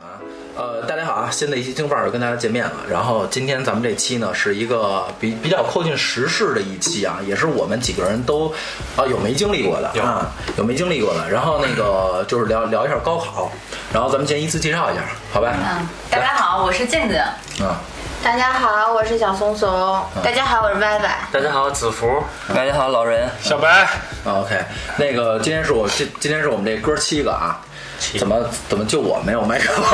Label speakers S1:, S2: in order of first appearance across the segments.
S1: 啊呃，大家好啊！新的一期京范儿又跟大家见面了。然后今天咱们这期呢是一个比比较靠近时事的一期啊，也是我们几个人都啊有没经历过的
S2: 有
S1: 啊，有没经历过的。然后那个就是聊聊一下高考，然后咱们先依次介绍一下，好吧？
S3: 嗯，大家好，我是静静。
S1: 嗯，
S4: 大家好，我是小松松。
S3: 嗯
S4: 大家好，我是歪歪。
S2: 大家好，子福。
S5: 大家好，老人，
S2: 小白，
S1: 啊 OK，那个今天是我今今天是我们这哥七个啊，怎么怎么就我没有麦克风？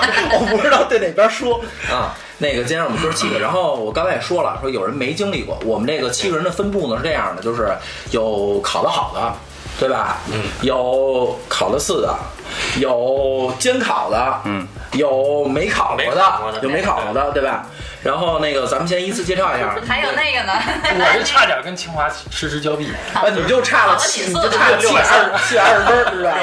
S1: 我不知道对哪边说啊。那个今天我们哥七个，然后我刚才也说了，说有人没经历过。我们这个七个人的分布呢是这样的，就是有考得好的，对吧？嗯，有考得次的，有监考的，嗯，有没考过
S2: 没考过的
S1: 有没考过的，对吧？然后那个咱们先依次介绍一下，
S3: 还有那个呢，
S2: 我就差点跟清华失之交臂。
S1: 啊，你就差了七，你就差了七百二七百二十分儿，是吧？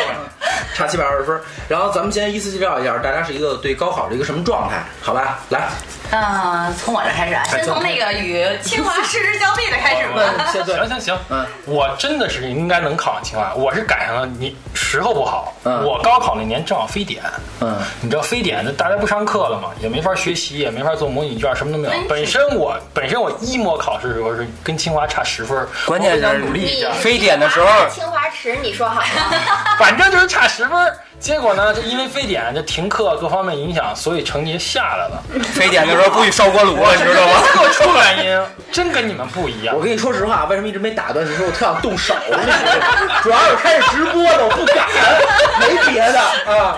S1: 差七百二十分儿。然后咱们先依次介绍一下，大家是一个对高考的一个什么状态，好吧？来，
S3: 嗯，从我这开始啊，先从那个与清华失之交臂的开始 吧。
S1: 现在
S2: 行 行行，
S1: 嗯，
S2: 我真的是应该能考上清华，我是赶上了你时候不好。
S1: 嗯
S2: 我高考那年正好非典，
S1: 嗯，
S2: 你知道非典，大家不上课了嘛，也没法学习，也没法做模拟卷，什么都没
S5: 哎
S2: 有。本身我本身我一模考试的时候是跟清华差十分儿，
S5: 关键
S2: 我非常
S5: 是
S2: 努力 一下，
S5: 非典的哎时候
S4: 哎清华池，你说好了。
S2: 反正就是差十分儿。结果呢，就因为非典，就停课各方面影响，所以成绩下来了。
S5: 非典的时候不许烧锅炉了，你知道吗？
S2: 各种原因，真跟你们不一样
S1: 我。跟你说实话，为什么一直没打断你？说我特想动手，你知道吗主要是开始直播的，我不敢，没别的啊。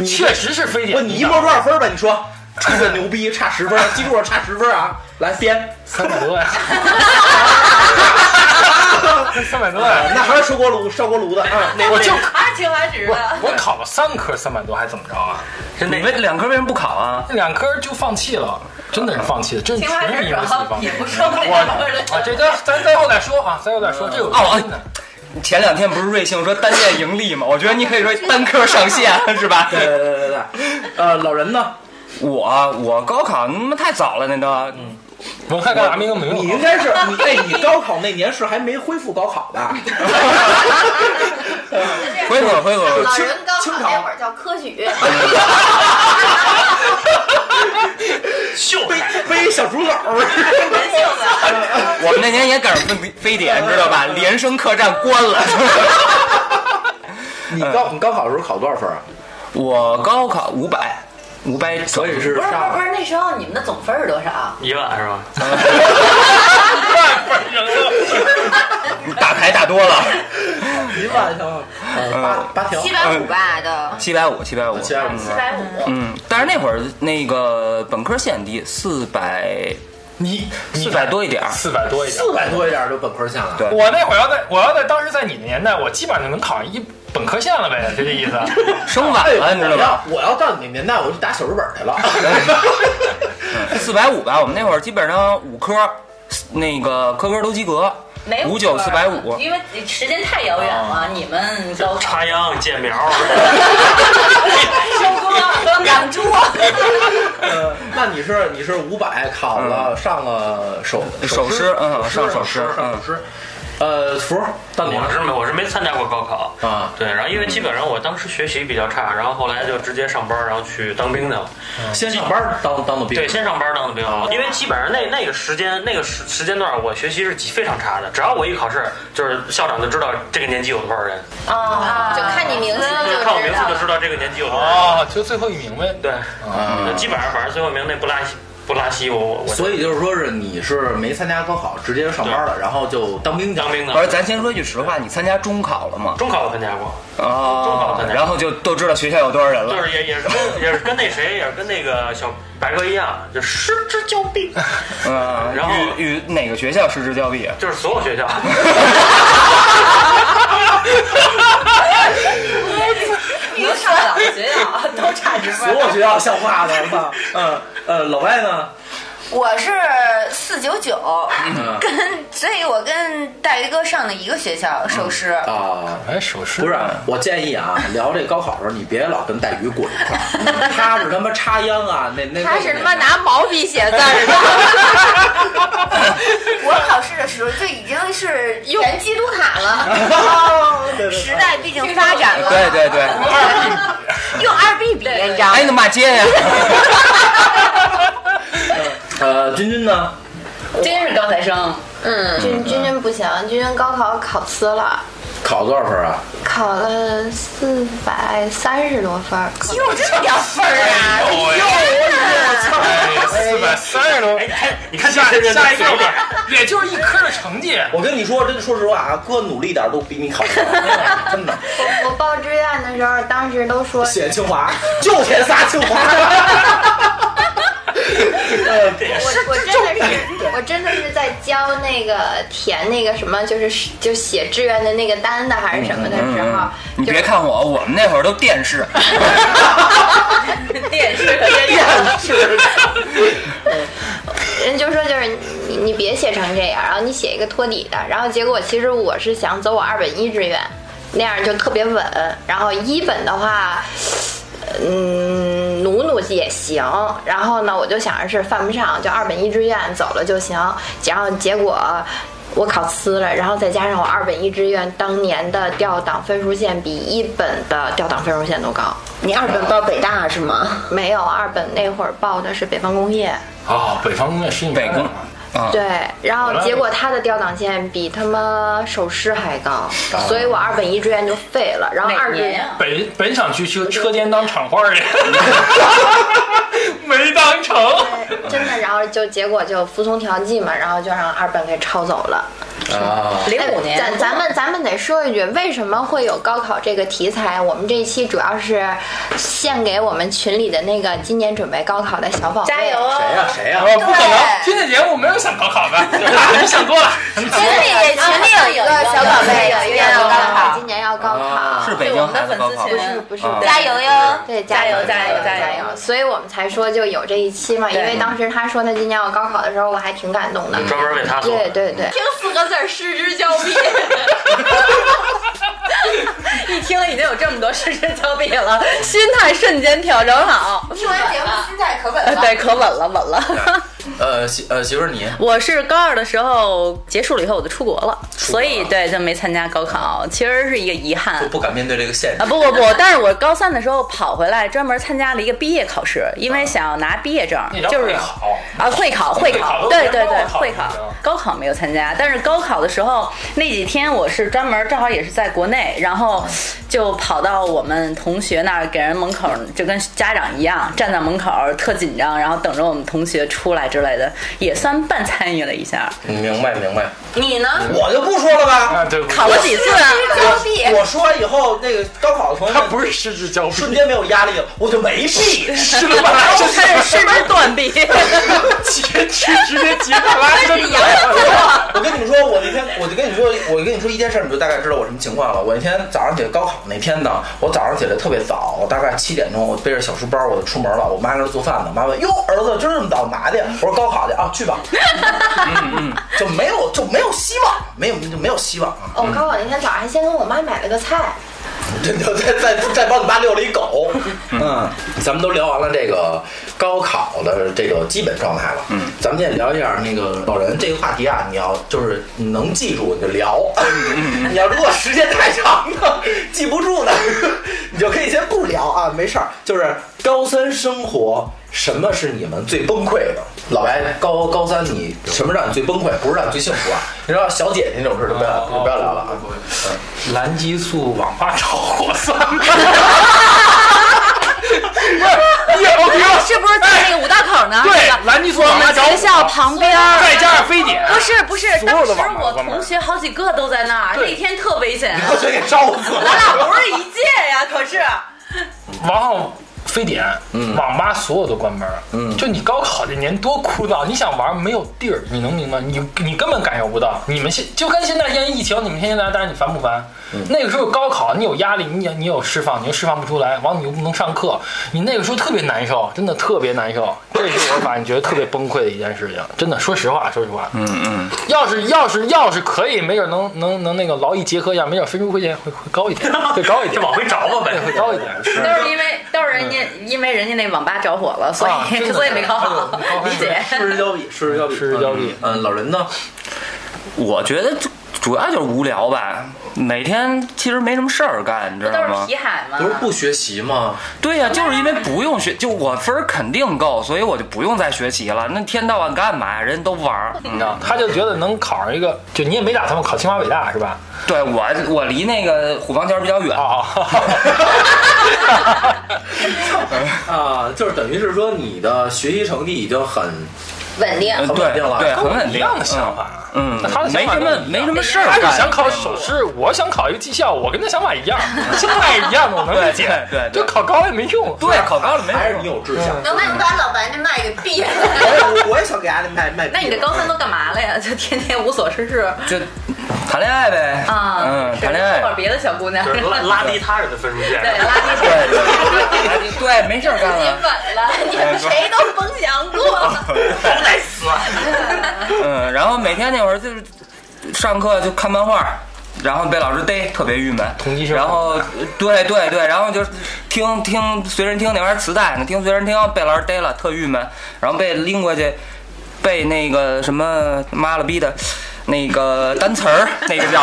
S2: 确实是非典
S1: 问
S2: 影响。
S1: 你一波多少分儿吧？你说，吹的牛逼，差十分儿，记住了，差十分儿啊！来编，
S2: 三百多呀，三百多呀，
S1: 呃那还是烧锅炉烧锅炉的啊？那
S2: 哎 我就
S3: 还是清华池啊的。
S2: 我考了三科三百多，还怎么着啊？
S5: 你们两科为什么不考啊？
S2: 那两科就放弃了，真的是放弃了，真
S3: 清
S2: 全
S3: 华
S2: 是
S3: 池
S2: 因
S3: 主
S2: 为自己
S3: 要
S2: 放弃
S3: 啊也。不受那
S2: 我啊，
S3: 个
S2: 这个咱待会再说啊，待会再说，这有
S5: 哦
S2: 原因的。
S5: 前两天不是瑞幸说单店盈利吗？我觉得你可以说单科 上线是吧？
S1: 对对对对对，呃，老人呢？
S5: 我啊我高考他妈太早了，那都
S1: 嗯
S2: 文科干啥没有没有？
S1: 你应该是你哎，你高考那年是还没恢复高 考吧？
S5: 回会儿回会
S1: 老
S4: 老
S5: 儿，
S1: 人
S4: 人
S1: 高
S4: 高
S1: 考那
S4: 考那
S1: 会
S4: 会儿叫科举，
S2: 秀
S1: 背背一小竹篓儿，
S3: 人性的。
S5: 我们那年也赶上非非典，知道吧？连升客栈关了。
S1: 你高你高考的时候考多少分啊？
S5: 我高考五百，五百，
S1: 所以是
S3: 不是不是
S1: 上
S3: 不是，那时候你们的总分是多少？
S6: 一万是吧？
S5: 打牌打多 了，
S1: 一万条，八八条，
S4: 七百五吧的，
S5: 七百五，七百五，
S1: 七百五
S4: 七百五。
S5: 嗯，但是那会儿那个本科线低，四百
S2: 你
S5: 四百多一点儿
S2: 四百多一点儿。
S1: 四百多一点就本科线了。
S5: 对
S2: 我那会儿要在，我要在当时在你的年代，我基本上就能考上一本科线了呗，就这意思。
S5: 升晚了，你知道吗？
S1: 要哎我要到你那年代，我就打小日本去了。嗯
S5: 四百五吧，我们那会儿基本上五科，那个科科都及格，
S3: 没有
S5: 五九
S7: 啊
S3: 分
S5: 四百五。
S3: 因为时间太遥远了。你们高考
S6: 插秧建苗，
S3: 收割养猪，
S1: 呃那你是你是五百考了上了手
S5: 手师嗯上
S1: 手
S5: 手师
S1: 嗯上手师。呃，福儿到你
S6: 我是
S1: 了
S6: 没我是没参加过高考
S1: 啊
S6: 对，然后因为基本上我当时学习比较差，然后后来就直接上班，然后去当兵去了。
S1: 先上班儿当当的兵哦
S6: 对，，先上班当的兵，因为基本上那那个时间那个时时间段，我学习是非常差的。只要我一考试，就是校长就知道这个年级有多少人，
S4: 啊，就看你名字
S6: 就是
S4: 就
S6: 看我名
S4: 知
S6: 次
S4: 道
S6: 就
S4: 了。
S6: 知道这个年级有多少人。
S2: 哦，就最后一名呗。
S6: 对，基本上反正最后一名那不拉稀不拉稀，我我我
S1: 啊所以就是说是你是没参加高考，直接就上班了，然后就当兵去了。
S6: 当兵的
S5: 不是，咱先说句实话，你参加中考了吗？
S6: 中考我参加过。考
S5: 啊
S6: 参，加
S5: 然后就都知道学校有多少人
S1: 啊
S6: 就
S5: 了。
S6: 是也也是跟也是跟那谁也是跟那个小白哥一样，就失之交臂，
S5: 嗯，
S6: 然后
S5: 与与哪个学校失之交臂？啊
S6: 就是所有学校。
S3: 你们上两个学校都差十
S1: 所
S3: 分。
S1: 有学校像话的，我操！ 嗯呃，老外呢？
S4: 我是四九九，跟所以，我跟大鱼哥上的一个学校，首师。
S1: 啊、
S2: 哎，手师
S1: 不是，我建议啊，聊这高考的时候，你别老跟带鱼滚一块 儿，他是他妈插秧啊，那那
S4: 他是他妈拿毛笔写字儿的。我考试的时候就已经是全季度卡了，
S1: 对 对对
S7: 啊
S4: 时代毕竟发展了，
S5: 对对对，
S4: 用二 B 笔，文章
S5: 哎，，你怎么骂 街呀？
S1: 呃，君君呢？
S7: 真是高材生，
S4: 嗯，
S8: 君君君不行，君君高考考次了，
S1: 考多少分啊？
S8: 考了四百三十多分儿。
S4: 有这点分儿啊？
S2: 四百三十多，
S6: 哎，你看下下一个，
S2: 也就是一科的成绩。
S1: 我跟你说，真说实话啊，哥努力点儿都比你考得好， 真的。
S8: 我我报志愿的时候，当时都说
S1: 写清华，就填仨清华。呃
S8: 我我真的是，我真的是在教那个填那个什么，就是就写志愿的那个单子还是什么的时候，
S5: 嗯你
S8: 就
S5: 别看我，我们那会儿都电视，
S7: 电视可真
S8: 人就说就是你你别写成这样，然后你写一个托底的，然后结果其实我是想走我二本一志愿，那样就特别稳，然后一本的话。嗯，努努也行。然后呢，我就想着是犯不上，就二本一志愿走了就行。然后结果我考次了，然后再加上我二本一志愿当年的调档分数线比一本的调档分数线都高。
S4: 你二本报北大是吗？
S8: 没有，二本那会儿报的是北方工业。
S2: 啊，北方工业是你
S5: 北工啊，
S8: 对，然后结果他的调档线比他妈首师还高，所以我二本一志愿就废了。然后
S7: 哪
S8: 二
S7: 年
S8: 本
S7: 呀？
S2: 北本想去车车间当厂花去，没当成。
S7: 哦
S8: 对呃真的，然后就结果就服从调剂嘛，然后就让二本给抄走了。
S1: 啊，
S7: 零五
S4: 哎
S7: 年，
S8: 咱咱们咱们得说一句，为什么会有高考这个题材？我们这一期主要是献给我们群里的那个今年准备高考的小宝贝。
S7: 加油！
S1: 谁
S4: 啊
S7: 哦！
S1: 呀谁呀
S2: 我？说不可能，听这节目没有想高考的，你想多了。
S7: 啊
S4: 群里群里有一个小宝贝，今年要高考，
S8: 今年要高考，
S5: 是
S7: 啊对
S5: 北
S7: 我
S5: 京
S7: 们
S5: 孩
S7: 的
S5: 子
S7: 粉
S5: 高
S7: 丝
S5: 考
S7: 群，
S8: 不是不是
S5: 啊，
S4: 加油哟！
S8: 对，
S7: 加油加油加
S8: 加
S7: 油
S8: 所以我们才说就有这一期嘛，因为当时他说他今年要高考的时候，我还挺感动的。
S6: 专门为他做。
S8: 对对对，
S4: 听四个字儿，失之交臂。
S7: 一听已经有这么多失之交臂了，心态瞬间调整好，哎
S4: 听完节目心态可稳了。
S7: 对，可稳了，稳了。
S1: 呃媳呃媳妇儿你
S7: 我是高二的时候结束了以后，我就出国了，所以对就没参加高考，其实是一个遗憾
S1: 不。不敢面对这个现
S7: 啊
S1: 实，
S7: 不不不！但是我高三的时候跑回来，专门参加了一个毕业考试，因为想要拿毕业证
S2: 那，叫
S7: 就是
S2: 会考
S7: 啊会考会考，
S2: 考
S7: 对对
S2: 都
S7: 对
S2: 是高考你
S7: 会考
S2: 知道吗。
S7: 高考没有参加，但是高考的时候那几天我是专门正好也是在国内，然后就跑到我们同学那儿，给人门口就跟家长一样站在门口特紧张，然后等着我们同学出来之类的，也算半参与了一下。
S1: 嗯明白明白。
S7: 你呢？
S1: 我就不说了吧。
S2: 啊，对，不
S7: 考了几次啊？
S1: 我说完以后，那个高考的同学
S2: 他
S1: 们
S2: 不是失之交臂
S1: 瞬，间没有压力了，我就没戏。
S2: 失了半拉
S7: 他是失之断 臂。
S2: 截 肢，直接截半拉
S7: 哎
S2: 身子。
S1: 我跟你们说，我那天我就跟你说，我就跟你说一件事，你就大概知道我什么情况了。我那天早上起来高考那天呢，我早上起来特别早，大概七点钟，我背着小书包我就出门了。我妈在那做饭呢，妈问：“哟，儿子，今儿这么早嘛去？”我说：“高考去啊，去吧。”嗯就没有就没有希望，没有就没有希望啊！
S8: 哦我高考那天早上还先跟我妈买了个菜，
S1: 就就再再再帮你妈遛了一狗。嗯，咱们都聊完了这个高考的这个基本状态了。嗯，咱们现在聊一下那个老人这个话题啊，你要就是你能记住你就聊，你要如果时间太长了记不住呢， 你就可以先不聊啊，没事儿。就是高三生活。什么是你们最崩溃的？老白，高高三你什么让你最崩溃？不是让你最幸福啊！你知道小姐姐那种事儿就不要就不要聊了啊！
S2: 蓝激素网吧着火算 了。不是，你我比如
S7: 是不是在那个五道口呢？
S2: 对
S7: 那个
S2: 蓝激素
S7: 我
S2: 网吧
S7: 们
S2: 着火
S7: 学校旁边儿。
S2: 再加上非典，
S7: 不是不是，
S2: 所
S7: 当
S2: 有的
S7: 时
S2: 网吧
S7: 我
S2: 关门
S7: 同学好几个都在那儿，
S2: 对
S7: 那天特危险。啊
S1: 把嘴给烧死
S7: 咱
S1: 了。
S7: 俩不是一届呀，可是
S2: 然后非典，
S6: 嗯
S2: 网吧所有都关门，嗯，就你高考这年多枯燥，你想玩没有地儿，你能明白？你你根本感受不到。你们现就跟现在现在疫情，你们天天在家待着，你烦不烦？
S6: 嗯
S2: 那个时候高考，你有压力，你也你有释放，你又释放不出来，完了你又不能上课，你那个时候特别难受，真的特别难受。这是我反正觉得特别崩溃的一件事情，真的，说实话，说实话，嗯嗯，要是要是要是可以，没准能能能那个劳逸结合一下，没准分数会见会会高一点，会高一点
S6: 就，往回找吧呗
S2: 对，。会高一点。是
S7: 都是因为都是人家因为人家那网吧着火了，所
S2: 啊真
S7: 以
S2: 的
S7: 所以没考好
S2: 哎呦高，考
S7: 理解。
S1: 失之交臂，失之交臂，
S2: 失之交臂
S1: 嗯，老人呢？
S5: 我觉得最主要就是无聊吧，每天其实没什么事儿干，你知
S7: 不都
S5: 道吗
S7: 是题？海吗？
S1: 不是不学习吗？
S5: 对呀、就是因为不用学，就我分儿肯定够，所以我就不用再学习了。那天到晚干嘛呀？人都玩儿，嗯你知道吗？
S2: 他就觉得能考上一个，就你也没打算考清华北大是吧？
S5: 对我，我离那个虎坊桥比较远，
S2: 啊、
S1: 啊，就是等于是说你的学习成绩已经很
S4: 稳定。
S8: 嗯
S5: 呃
S1: 很
S5: 对
S1: 稳定了
S5: 对，
S1: 跟
S5: 很稳
S2: 一
S5: 定。
S2: 样的想法。
S5: 嗯，
S2: 那他的想
S5: 没
S2: 法
S5: 什
S2: 跟我
S5: 么
S2: 一样
S5: 没什么事儿
S2: 他就
S5: 干，
S2: 想考首师，我想考一个技校，我跟他想法一样，心态一样，我能理解。
S5: 对对对
S2: 就考高了也没用。
S5: 对，考高了没
S1: 还是
S5: 有
S1: 你
S5: 用。
S1: 有志向。
S4: 能不能把老白那麦给闭了？
S9: 我我也想给阿里卖卖。
S7: 那你这高三都干嘛了呀？就天天无所事事
S5: 就谈恋爱呗，
S7: 啊？
S5: 嗯，
S7: 是
S5: 谈恋爱
S7: 碰，会儿别的小姑娘，
S6: 就是拉拉低他人的分数线。
S7: 对，拉低
S5: 对对对对对，没事儿干了，
S7: 稳了，你
S1: 哎
S7: 们谁都甭想过。
S6: 都得死。
S5: 嗯，然后每天那会儿就是上课就看漫画，然后被老师逮，特别郁闷。
S2: 同济社
S5: 然后对对对，然后就是听听随身听那玩意儿磁带呢，听随身听被老师逮了，特郁闷，然后被拎过去，背那个什么妈了逼的，那个单词儿，那个叫。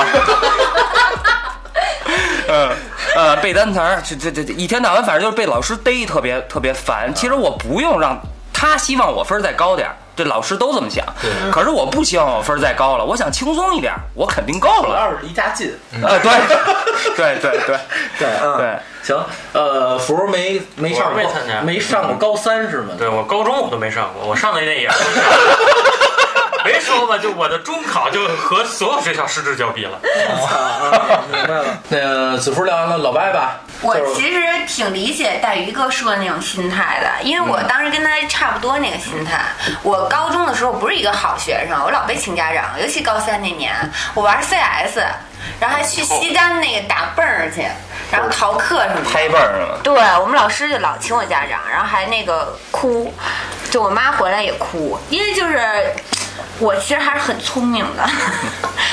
S5: 嗯，呃，背单词儿，这这这一天到晚，反正就是被老师逮，特别特别烦。其实我不用让他希望我分儿再高点儿，这老师都这么想。可是我不希望我分儿再高了，我想轻松一点儿，我肯定够
S1: 主
S5: 了。
S1: 要是离家近，
S5: 呃， 对，对对对
S1: 对，嗯，
S5: 对，
S1: 行，呃，福儿没没嗯上过，
S6: 我没参加
S1: 没上过高三是吗？
S6: 对我高中我都没上过，我上的那也是。没说吧，就我的中考就和所有学校失之交臂了。
S1: 啊， 明白了。那个子福聊完了，老白吧，
S4: 我
S1: 就是
S4: 其实挺理解带鱼哥说的那种心态的，因为我当时跟他差不多那个心态。我高中的时候不是一个好学生，我老被请家长，尤其高三那年，我玩 CS，然后还去西单那个打蹦儿去，然后逃课什么的。
S5: 拍背儿是吗？
S4: 对我们老师就老请我家长，然后还那个哭，就我妈回来也哭，因为就是我其实还是很聪明 的，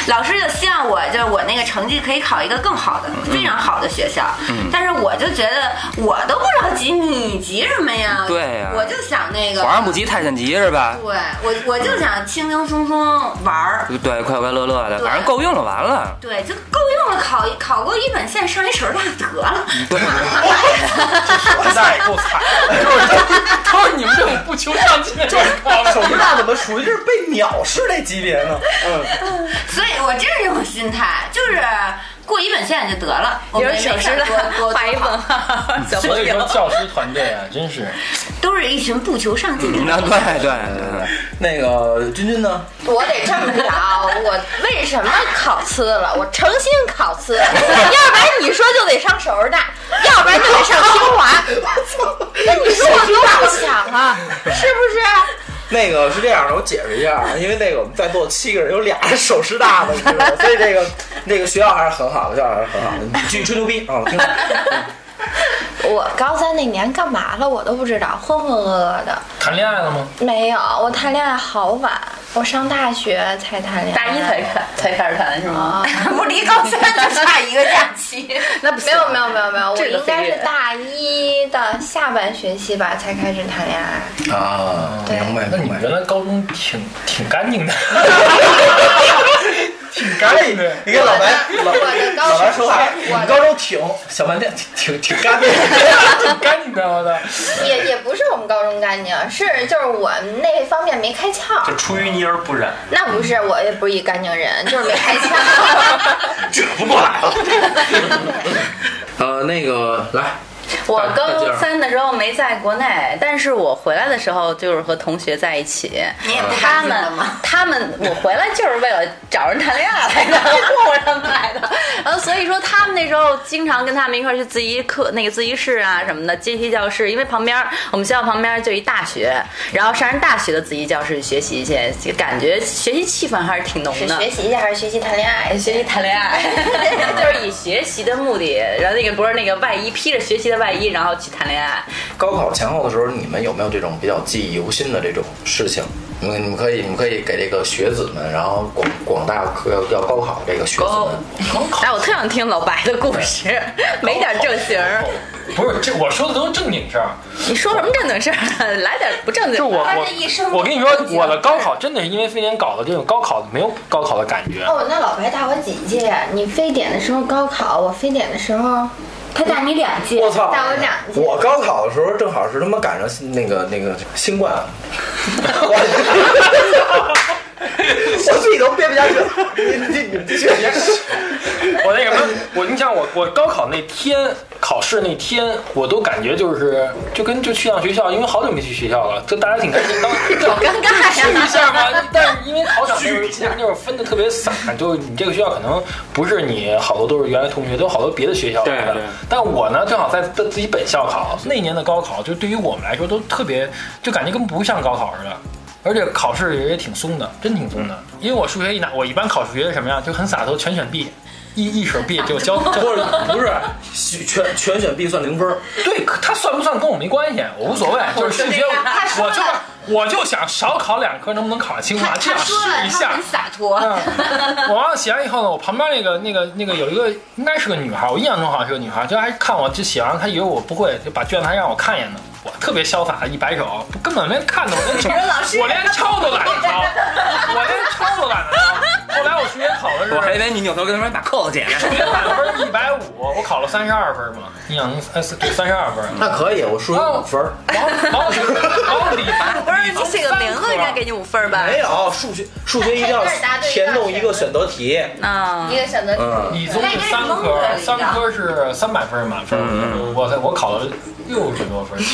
S4: 老师就希望我就是我那个成绩可以考一个更好的、
S5: 嗯
S4: 非常好的学校，但是我就觉得我都不着急，你急什么呀？
S5: 对呀
S4: 我就想那 个
S5: 皇上不急太监急是吧？
S4: 对我我就想轻轻松松玩儿。
S5: 对，快快乐乐的，
S4: 对
S5: 反正够用了，完了。
S4: 对，就够用了，考考过一本线，上一水大得了。
S5: 对，
S2: 那也够惨，就是都是你们这种不求上进的人考
S9: 手艺大怎么属于是被藐视那级别呢？
S4: 所以我真是这种心态，就是过一本线就得了。我
S7: 比
S4: 没
S7: 如
S4: 没
S7: 手
S4: 事
S7: 势
S4: 儿
S7: 的
S4: 多多
S7: 画一
S4: 多好
S7: 问号，怎么
S2: 所以说
S7: 聊？
S2: 教师团队啊，真是
S4: 都是一群不求上进的
S2: 嗯
S4: 人。
S5: 那对对对，
S1: 那个君君呢？
S8: 我得这么着，我为什么考次了？我诚心考次， 要不然你说就得上首师大，要不然就得上清华。那你说我多不想啊，是啊不
S1: 那个是这样的，我解释一下 啊，因为那个我们在座七个人有俩是首师大的，你知道 吗？所以这个那个学校还是很好的，学校还是很好的。你继续吹牛逼啊！我听着
S8: 是？我高三那年干嘛了？我都不知道，浑浑噩噩的。
S2: 谈恋爱了吗？
S8: 没有，我谈恋爱好晚，我上大学才谈恋爱。
S7: 大一才开才开始谈是吗？
S4: 哦不离高三就差一个假期，
S7: 那不
S8: 没
S7: 行啊
S8: 有没有没有没有，我
S7: 这个
S8: 应该
S7: 非
S8: 是
S7: 得
S8: 大一的下半学期吧才开始谈恋爱。
S1: 啊，
S8: 对
S1: 明白
S2: 那
S1: 明
S2: 你们
S1: 白。
S2: 原来高中挺挺干净的，挺干净的。
S1: 你跟老白老
S8: 我的高
S1: 老白说
S8: 中
S1: 话，
S8: 是
S1: 你
S8: 我
S1: 们
S8: 的
S1: 高中挺小饭店，挺挺挺干净。
S2: 挺干净的，我的。
S8: 也也不是我们高中干净，是就是我那方面没开窍。
S6: 就出淤泥而不染，
S8: 那不是，我也不是一干净人，就是没开窍。
S6: 卷不过来了。
S1: 呃，那个来，
S7: 我
S1: 大大劲
S7: 高
S1: 儿
S7: 三的时候没在国内，但是我回来的时候就是和同学在一起。
S4: 你也不
S7: 他
S4: 干净
S7: 们
S4: 了吗？
S7: 他们，我回来就是为了找人谈恋爱 来的，哄着他们来的。然后所以说，他们那时候经常跟他们一块儿去自习课、那个自习室啊什么的，阶梯教室，因为旁边儿我们学校旁边儿就一大学，然后上人大学的自习教室去学习去，就感觉学习气氛还是挺浓
S8: 是
S7: 的。
S8: 学习一下还是学习谈恋爱？
S7: 学习谈恋 爱，就是以学习的目的，然后那个不是那个外衣，披着学习的外衣，然后去谈恋爱。
S1: 高考前后的时候，你们有没有这种比较记忆犹新的这种事情？你们你们可以你们可以给这个学子们，然后广广大要要高考的这个学子们，
S7: 哎，我特想听老白的故事，没点正形儿。
S2: 不是这我说的都是正经事儿。
S7: 你说什么正经事儿？来点不正经的。
S2: 就我
S7: 哎
S3: 他这一生
S2: 我我跟你说，我的高考真的是因为非典搞的这种高考没有高考的感觉。
S8: 哦，那老白大我几届呀？你非典的时候高考，我非典的时候，
S4: 他大你两届，
S1: 我操！
S8: 大我两届
S1: 我高考的时候正好是他妈赶上那个那个新冠， 我自己都憋不下去了。你你你继续，
S2: 我那个什么，我你想我我高考那天考试那天，我都感觉就是就跟就去趟学校，因为好久没去学校了，就大家挺开心，当好
S7: 尴尬呀
S2: 去一下嘛。啊但是因为考 场那会儿那会儿分的特别散，就是你这个学校可能不是你好多都是原来同学，都有好多别的学校
S6: 对
S2: 来的
S6: 对
S2: 但我呢，正好在自自己本校考，那一年的高考就对于我们来说都特别，就感觉跟不像高考似的。而且考试也也挺松的，真挺松的。
S6: 嗯
S2: 因为我数学一拿，我一般考数学是什么呀，就很洒脱，全选 B，一一手 B 就 交。交
S1: 不是不是全全选 B 算零分儿，
S2: 对，可他算不算跟我没关系，我无所谓，就是数学我我就我就想少考两科，能不能考上清华，这样试一下。
S4: 洒脱
S2: 嗯， 我往上写完以后呢，我旁边那个那个那个有一个应该是个女孩，我印象中好像是个女孩，就还看我就写完，她以为我不会，就把卷子还让我看一眼呢。我特别潇洒，一摆手，根本没看着，我连抄我连抄都懒得抄，我连抄都懒得抄。后来我数学考的时
S5: 我
S2: 候
S5: 还，以为你扭头跟他说打扣子姐姐。
S2: 数学满分一百五，我考了三十二分嘛，印象中哎对三十二分。
S1: 那可以，我数学五分儿。
S2: 往往里往里
S7: 不是你写个名字应该给你五分儿吧？
S1: 没有数学，数学一定要填弄一个选择题。
S7: 啊
S8: 一，个选择题。
S1: 嗯，
S2: 理综是三科，三科是三百分满分，我才我考了六十多分，七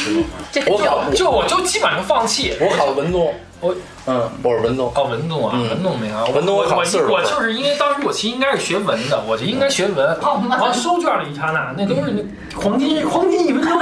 S2: 十多分，
S7: 这
S1: 我考
S2: 就我就基本上放弃。
S1: 我考的文综，
S2: 我
S1: 嗯，我是文综。
S2: 哦，文综啊，文综没啥，
S1: 嗯文综我
S2: 我
S1: 考40分
S2: 我就是因为当时我其实应该是学文的，我就应该学
S1: 嗯
S2: 文。然后收卷的一刹那，那都是那黄金黄金一分 钟，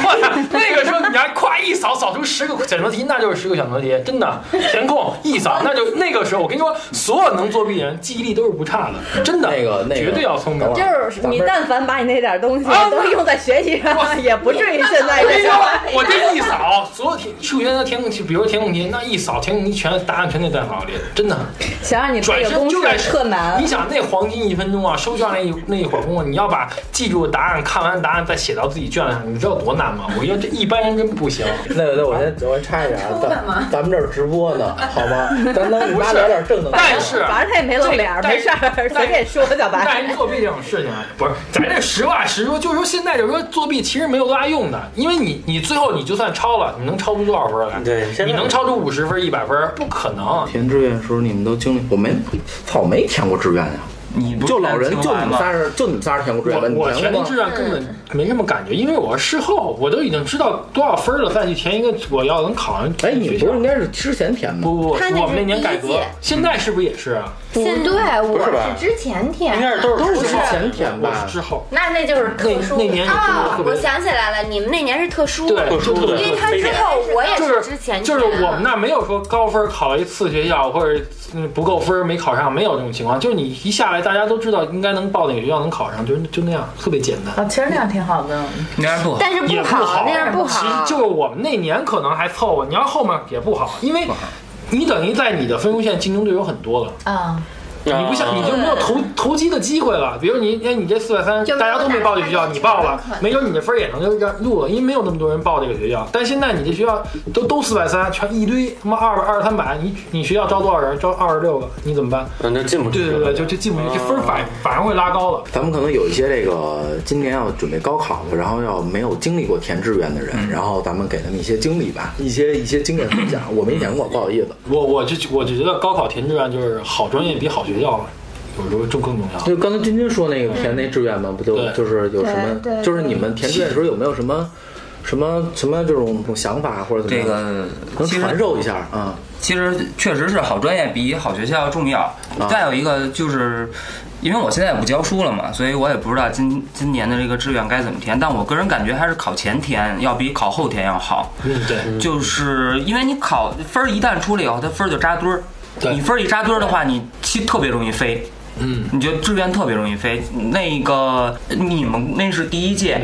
S2: 我操！那个时候你还夸一扫扫出十个选择题，那就是十个选择题，真的填空一扫，那就那个时候我跟你说，所有能作弊的人记忆力都是不差的，真的，
S1: 那个那个
S2: 绝对要聪明。
S1: 等会儿
S7: 就是你但凡把你那点东西
S2: 啊
S7: 都用在学习上，也不至于现在这样。
S2: 哎我这一扫，所有题数学的填空题，比如填空题，那一扫填空题全答案全得在脑里，真的。
S7: 想让你
S2: 转
S7: 背个
S2: 身
S7: 公
S2: 就在
S7: 式特难
S2: 你。想那黄金一分钟啊，收卷那一那一会儿功夫，你要把记住答案，看完答案再写到自己卷上，你知道多难吗？我觉得这一般人真不行。
S1: 那个，那我先我先插一下啊，咱咱们这儿直播呢，好吗？咱咱你妈聊点正能量。
S2: 但是
S7: 反正他也没露脸儿，
S2: 这
S7: 没事儿，
S2: 但
S7: 随便说小
S2: 但
S7: 白。
S2: 人作弊这种事情啊，不是咱这实话实说，就是说现在就是说作弊其实没有多大用的，因为你你最后你就算超了，你能超出多少分来？
S6: 对现在
S2: 你能超出五十分、一百分？不可能。
S1: 填志愿的时候你们都经历，我没，操，我没填过志愿呀。
S5: 你不是
S1: 就老人，
S5: 清
S1: 就
S5: 华
S1: 你们
S5: 吗？
S1: 仨人，就你们仨人填过志愿吧？
S2: 我
S1: 你
S2: 我
S1: 填过
S2: 填的
S1: 吗
S2: 志？愿根本没什么感觉，因为我事后我都已经知道多少分了，再去填一个我要能考上。
S1: 哎，你不是应该是之前填吗？
S2: 不不不，
S8: 他那是
S2: 我们那年改
S8: 第一
S2: 革
S8: 届，
S2: 现在是不是也是啊？
S8: 现对，
S1: 不是吧
S8: 我是之前填
S6: 应该
S8: 的。
S6: 是都是
S1: 都是之前填
S2: 我
S1: 吧
S2: 是？之后
S4: 那那就是
S2: 那那年也
S8: 哦
S2: 特，
S8: 我
S2: 别
S8: 想起来了，你们那年是特殊，
S2: 对，就特别
S4: 因为他之后我也
S2: 就是
S4: 之前
S2: 就是
S4: 填的
S8: 啊
S2: 我们那没有说高分考一次学校，或者嗯不够分没考上，没有这种情况。就是你一下来，大家都知道应该能报哪个学校能考上，就是就那样，特别简单。
S7: 啊，其实那样挺好的。
S5: 你那样不好。
S4: 但是
S2: 也
S4: 不
S2: 不好
S4: 好，那样不
S2: 其实
S4: 好。
S2: 就是我们那年可能还凑合，你要后面也不好，因为你等于在你的分数线竞争对手很多了，
S7: 啊，
S2: 你不像你就没有投投机的机会了。比如你哎，你这四百三，
S8: 就没
S2: 大
S8: 有
S2: 家都没报这学校，你报了，没准你这分儿也能就让录了，因为没有那么多人报这个学校。但现在你这学校都都四百三，全一堆他妈二百二三百，你你学校招多少人？招二十六个，你怎么办？
S6: 嗯，就进不去
S2: 对
S6: 了。嗯
S2: 对对，就就进不去，这分儿反反而会拉高了。
S1: 咱们可能有一些这个今年要准备高考的，然后要没有经历过填志愿的
S5: 嗯
S1: 人，然后咱们给他们一些经历吧，一些一些经验分享。我没填过，不好意思。
S2: 我我就我就觉得高考填志愿就是好专业比好学校有时候就更重要。
S1: 就刚才君君说那个填那志愿嘛，不就
S2: 对
S1: 就是有什
S8: 对
S1: 么，
S8: 对
S1: 就是你们填志愿的时候有没有什么什么什么这种想法或者怎么
S5: 这
S1: 样？
S5: 个
S1: 能
S5: 其实
S1: 传授一下啊？
S5: 其实确实是好专业比好学校重要。
S2: 啊
S5: 再有一个就是，因为我现在也不教书了嘛，所以我也不知道今今年的这个志愿该怎么填。但我个人感觉还是考前填要比考后填要好，
S2: 嗯，对。
S5: 就是因为你考分儿一旦出来以后，它分儿就扎堆儿。
S2: 对
S5: 你分儿一扎堆儿的话，你其实特别容易飞。嗯，你觉得志愿特别容易飞。那个你们那是第一届。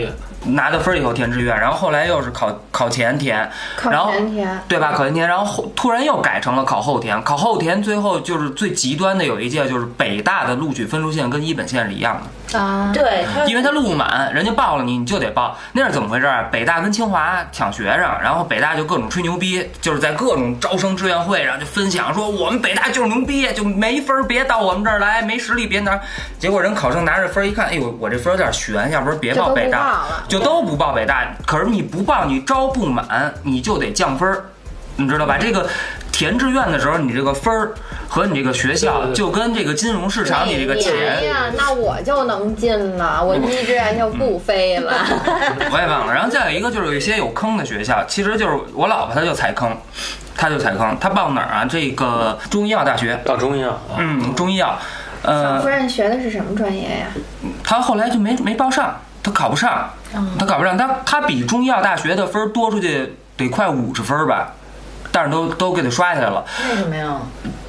S5: 拿到分儿以后填志愿，然后后来又是考考前填，
S8: 考
S5: 然后
S8: 前填
S5: 对吧？考前填，然后后突然又改成了考后填。考后填最后就是最极端的有一届，就是北大的录取分数线跟一本线是一样的，
S8: 啊，
S7: 对，他
S5: 因为他录不满，人家报了你，你就得报。那是怎么回事儿？北大跟清华抢学生，然后北大就各种吹牛逼，就是在各种招生志愿会上就分享说我们北大就是牛逼，就没分儿别到我们这儿来，没实力别拿。结果人考生拿着分儿一看，哎呦，我这分儿有点悬，要不然别
S8: 就
S5: 报
S8: 都不
S5: 北大。
S8: 报了。
S5: 就都不报北大，可是你不报，你招不满，你就得降分儿，你知道吧？这个填志愿的时候，你这个分儿和你这个学校
S2: 对对对
S5: 就跟这个金融市场你这个
S8: 哎
S5: 钱，
S8: 呀，那我就能进了，我第一志愿就不飞了。
S5: 我也忘了。然后再有一个就是有一些有坑的学校，其实就是我老婆她就踩坑，她就踩坑，她报哪儿啊？这个中医药大学，
S6: 到中医啊，
S5: 嗯，中医药， 呃，
S8: 夫人学的是什么专业呀？
S5: 他后来就没没报上，他考不上，他考不上，他他比中医药大学的分儿多出去得快五十分儿吧，但是都都给他刷下来了。
S7: 为什么呀？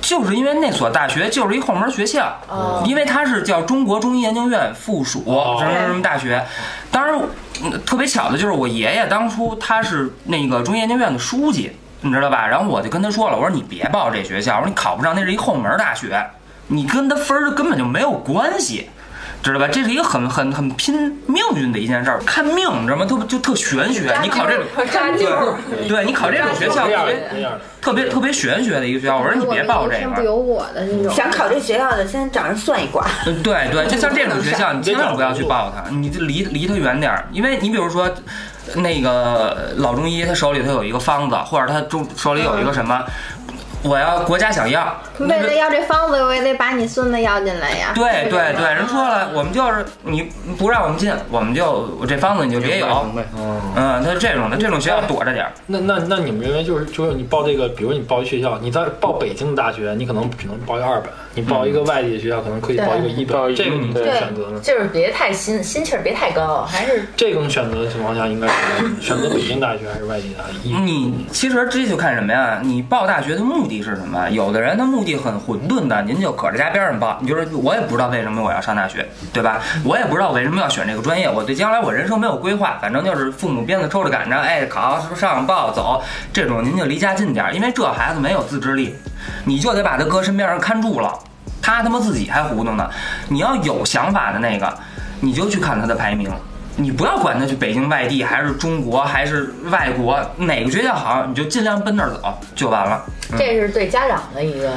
S5: 就是因为那所大学就是一后门学校，
S8: 哦
S5: 因为它是叫中国中医研究院附属
S6: 哦
S5: 什么什么大学。当然，嗯特别巧的就是我爷爷当初他是那个中医研究院的书记，你知道吧？然后我就跟他说了，我说你别报这学校，我说你考不上，那是一后门大学，你跟他分儿根本就没有关系。知道吧？这是一个很很很拼命运的一件事儿，看命，你知道吗？特就特玄学。你考这种，对，对你考这种学校
S2: 这
S5: 特
S2: 样
S5: 别
S2: 那样的，
S5: 特别特别玄学的一个学校。我说你别报这
S8: 我们一
S5: 个，
S8: 听不由我的那种。
S10: 想考这学校的，先找人算一卦。
S5: 嗯对对，就像这种学校，你千万不要去报它，你就离离它远点儿。因为你比如说，那个老中医他手里头有一个方子，或者他中手里有一个什么，我要国家想要，
S8: 为了要这方子，我也得把你孙子要进来呀。
S5: 对对对，人说了，我们就是你不让我们进，我们就这方子你就别有。
S1: 明白哦
S2: 嗯。
S5: 嗯，他这种的这种学校躲着点儿。
S2: 那那那你们认为就是就是你报这个，比如你报一学校，你在报北京的大学，你可能只能报一二本；你报一
S1: 嗯
S2: 个外地的学校，可能可以报一个一
S6: 对报
S2: 本。
S6: 一
S2: 这个你怎么
S10: 对
S2: 选择呢？嗯
S10: 就是别太心心气儿别太高，还是
S2: 这种选择的情况下，应该 是选择北京大学还是外地大学？一
S1: 嗯
S5: 你其实这就看什么呀？你报大学的目的是什么？有的人他目的很混沌的，您就搁着家边上报，你就是我也不知道为什么我要上大学，对吧？我也不知道为什么要选这个专业，我对将来我人生没有规划，反正就是父母鞭子抽着赶着，哎，考上报走这种，您就离家近点儿，因为这孩子没有自制力，你就得把他搁身边上看住了，他他妈自己还糊弄呢。你要有想法的那个，你就去看他的排名。你不要管他去北京外地，还是中国，还是外国，哪个学校好，你就尽量奔那儿走就完了。
S10: 这是对家长的一个。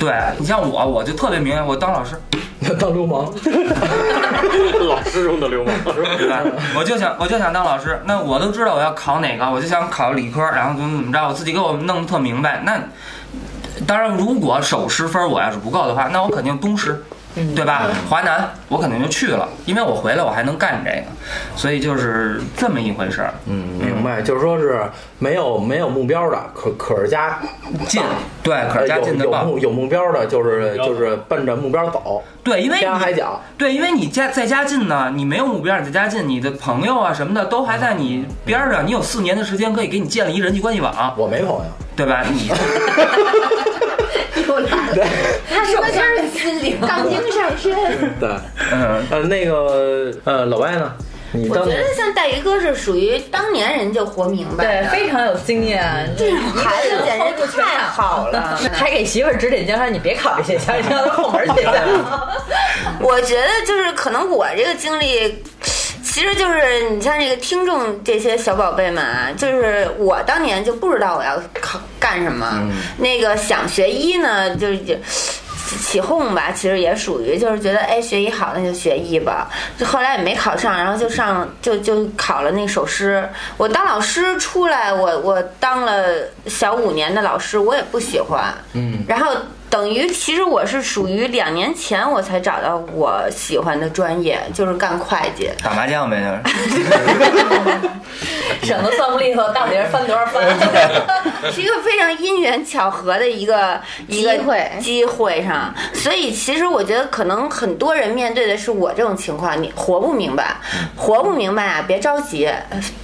S5: 对你像我，我就特别明白，我当老师，
S1: 当流氓，
S6: 老师中的 流氓是吧？
S5: 对吧？我就想，我就想当老师。那我都知道我要考哪个，我就想考理科，然后怎么怎么着，我自己给我弄得特明白。那当然，如果首师分我要是不够的话，那我肯定东师，对吧？华南我肯定就去了，因为我回来我还能干这个，所以就是这么一回事儿。
S1: 嗯，明白，就是说是没有没有目标的，可可是家
S5: 进对，可是家
S1: 有
S5: 进
S1: 哎
S5: 的
S1: 有
S5: 棒，
S1: 目有目标的，就是
S2: 有目标
S1: 就是奔着目标走，
S5: 对，因为
S1: 天
S5: 你
S1: 涯海角。
S5: 对，因为你家在家近呢，你没有目标，你在家近，你的朋友啊什么的都还在你边儿上，你有四年的时间可以给你建立一人际关系网，
S1: 我没朋友，
S5: 对吧？你
S8: 他说的就是
S10: 心灵
S8: 杠精上身，
S1: 对，
S5: 嗯，
S1: 呃，那个呃，老外呢？你
S10: 我
S1: 当
S10: 觉
S1: 年
S10: 得像戴维哥是属于当年人就活明白
S7: 对，
S10: 了，
S7: 非常有经验，
S10: 这种孩子简直太好了。
S7: 还给媳妇儿指点江山，你别考这学校，你让她后门学校。
S4: 我觉得就是可能我这个经历，其实就是你像这个听众这些小宝贝们啊，就是我当年就不知道我要考干什么，那个想学医呢，就是也。起哄吧，其实也属于就是觉得哎学医好那就学医吧，就后来也没考上，然后就上就就考了那首师。我当老师出来，我我当了小五年的老师，我也不喜欢，嗯，然后等于其实我是属于两年前我才找到我喜欢的专业，就是干会计。
S5: 打麻将呗，就是
S7: 省得算不利索，到底是翻多少 番。
S4: 是一个非常因缘巧合的一个一个
S8: 机会
S4: 机会上，所以其实我觉得可能很多人面对的是我这种情况，你活不明白，活不明白啊，别着急，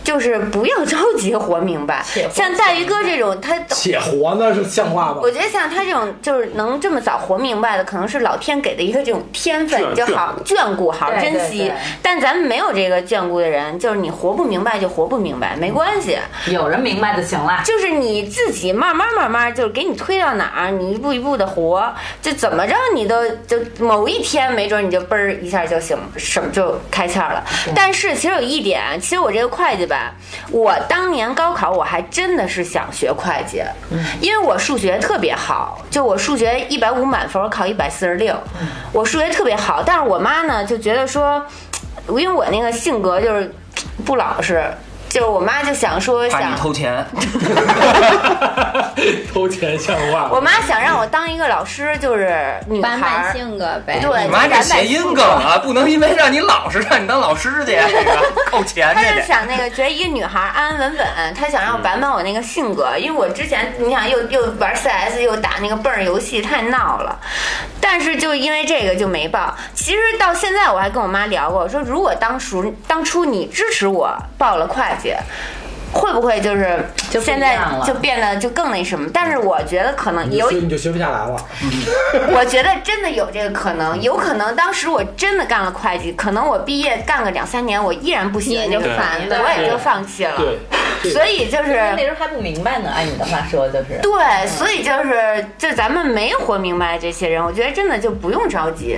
S4: 就是不要着急活明白
S7: 且活。
S4: 像大鱼哥这种，他
S1: 且活呢是像话吗？
S4: 我觉得像他这种就是能这么早活明白的，可能是老天给的一个这种天分，
S6: 眷
S4: 就好眷顾，好好
S10: 对
S4: 珍
S10: 对
S4: 惜
S10: 对。
S4: 但咱们没有这个眷顾的人，就是你活不明白就活不明白，没关系。
S10: 有人明白就行了。
S4: 就是你自己慢慢慢慢，就是给你推到哪儿，你一步一步的活，就怎么着你都就某一天，没准你就嘣儿一下就醒，什么就开窍了。但是其实有一点，其实我这个会计吧，我当年高考我还真的是想学会计，因为我数学特别好，就我数学一百五满分，我考一百四十六，我数学特别好，但是我妈呢就觉得说，因为我那个性格就是不老实。就是我妈就想说
S5: 怕
S4: 想
S5: 你偷钱，
S2: 偷钱像话
S4: 我妈想让我当一个老师，就是女
S8: 板
S4: 孩
S8: 板
S4: 儿。
S8: 性格呗。
S4: 对，
S5: 你妈这
S4: 就是咱
S5: 谐音梗啊，不能因为让你老实让你当老师去，这个扣钱
S4: 她
S5: 这
S4: 就
S5: 得。
S4: 想那个，觉得一个女孩儿安安稳稳，她想让我板板我那个性格，因为我之前你想又又玩 CS 又打那个蹦儿游戏，太闹了。但是就因为这个就没报。其实到现在我还跟我妈聊过，我说如果当初当初你支持我报了会计。会不会就是
S10: 就不一
S4: 现在
S10: 样了
S4: 就变得就更那什么？但是我觉得可能
S9: 你
S4: 有
S9: 学你就学不下来了。
S4: 我觉得真的有这个可能，有可能当时我真的干了会计，可能我毕业干个两三年，我依然不喜欢这个行业，
S10: 对
S4: 我也就放弃了。
S2: 对，
S4: 所以就是
S10: 那时候还不明白呢，按你的话说就是。
S4: 对，所以就是就咱们没活明白这些人，我觉得真的就不用着急，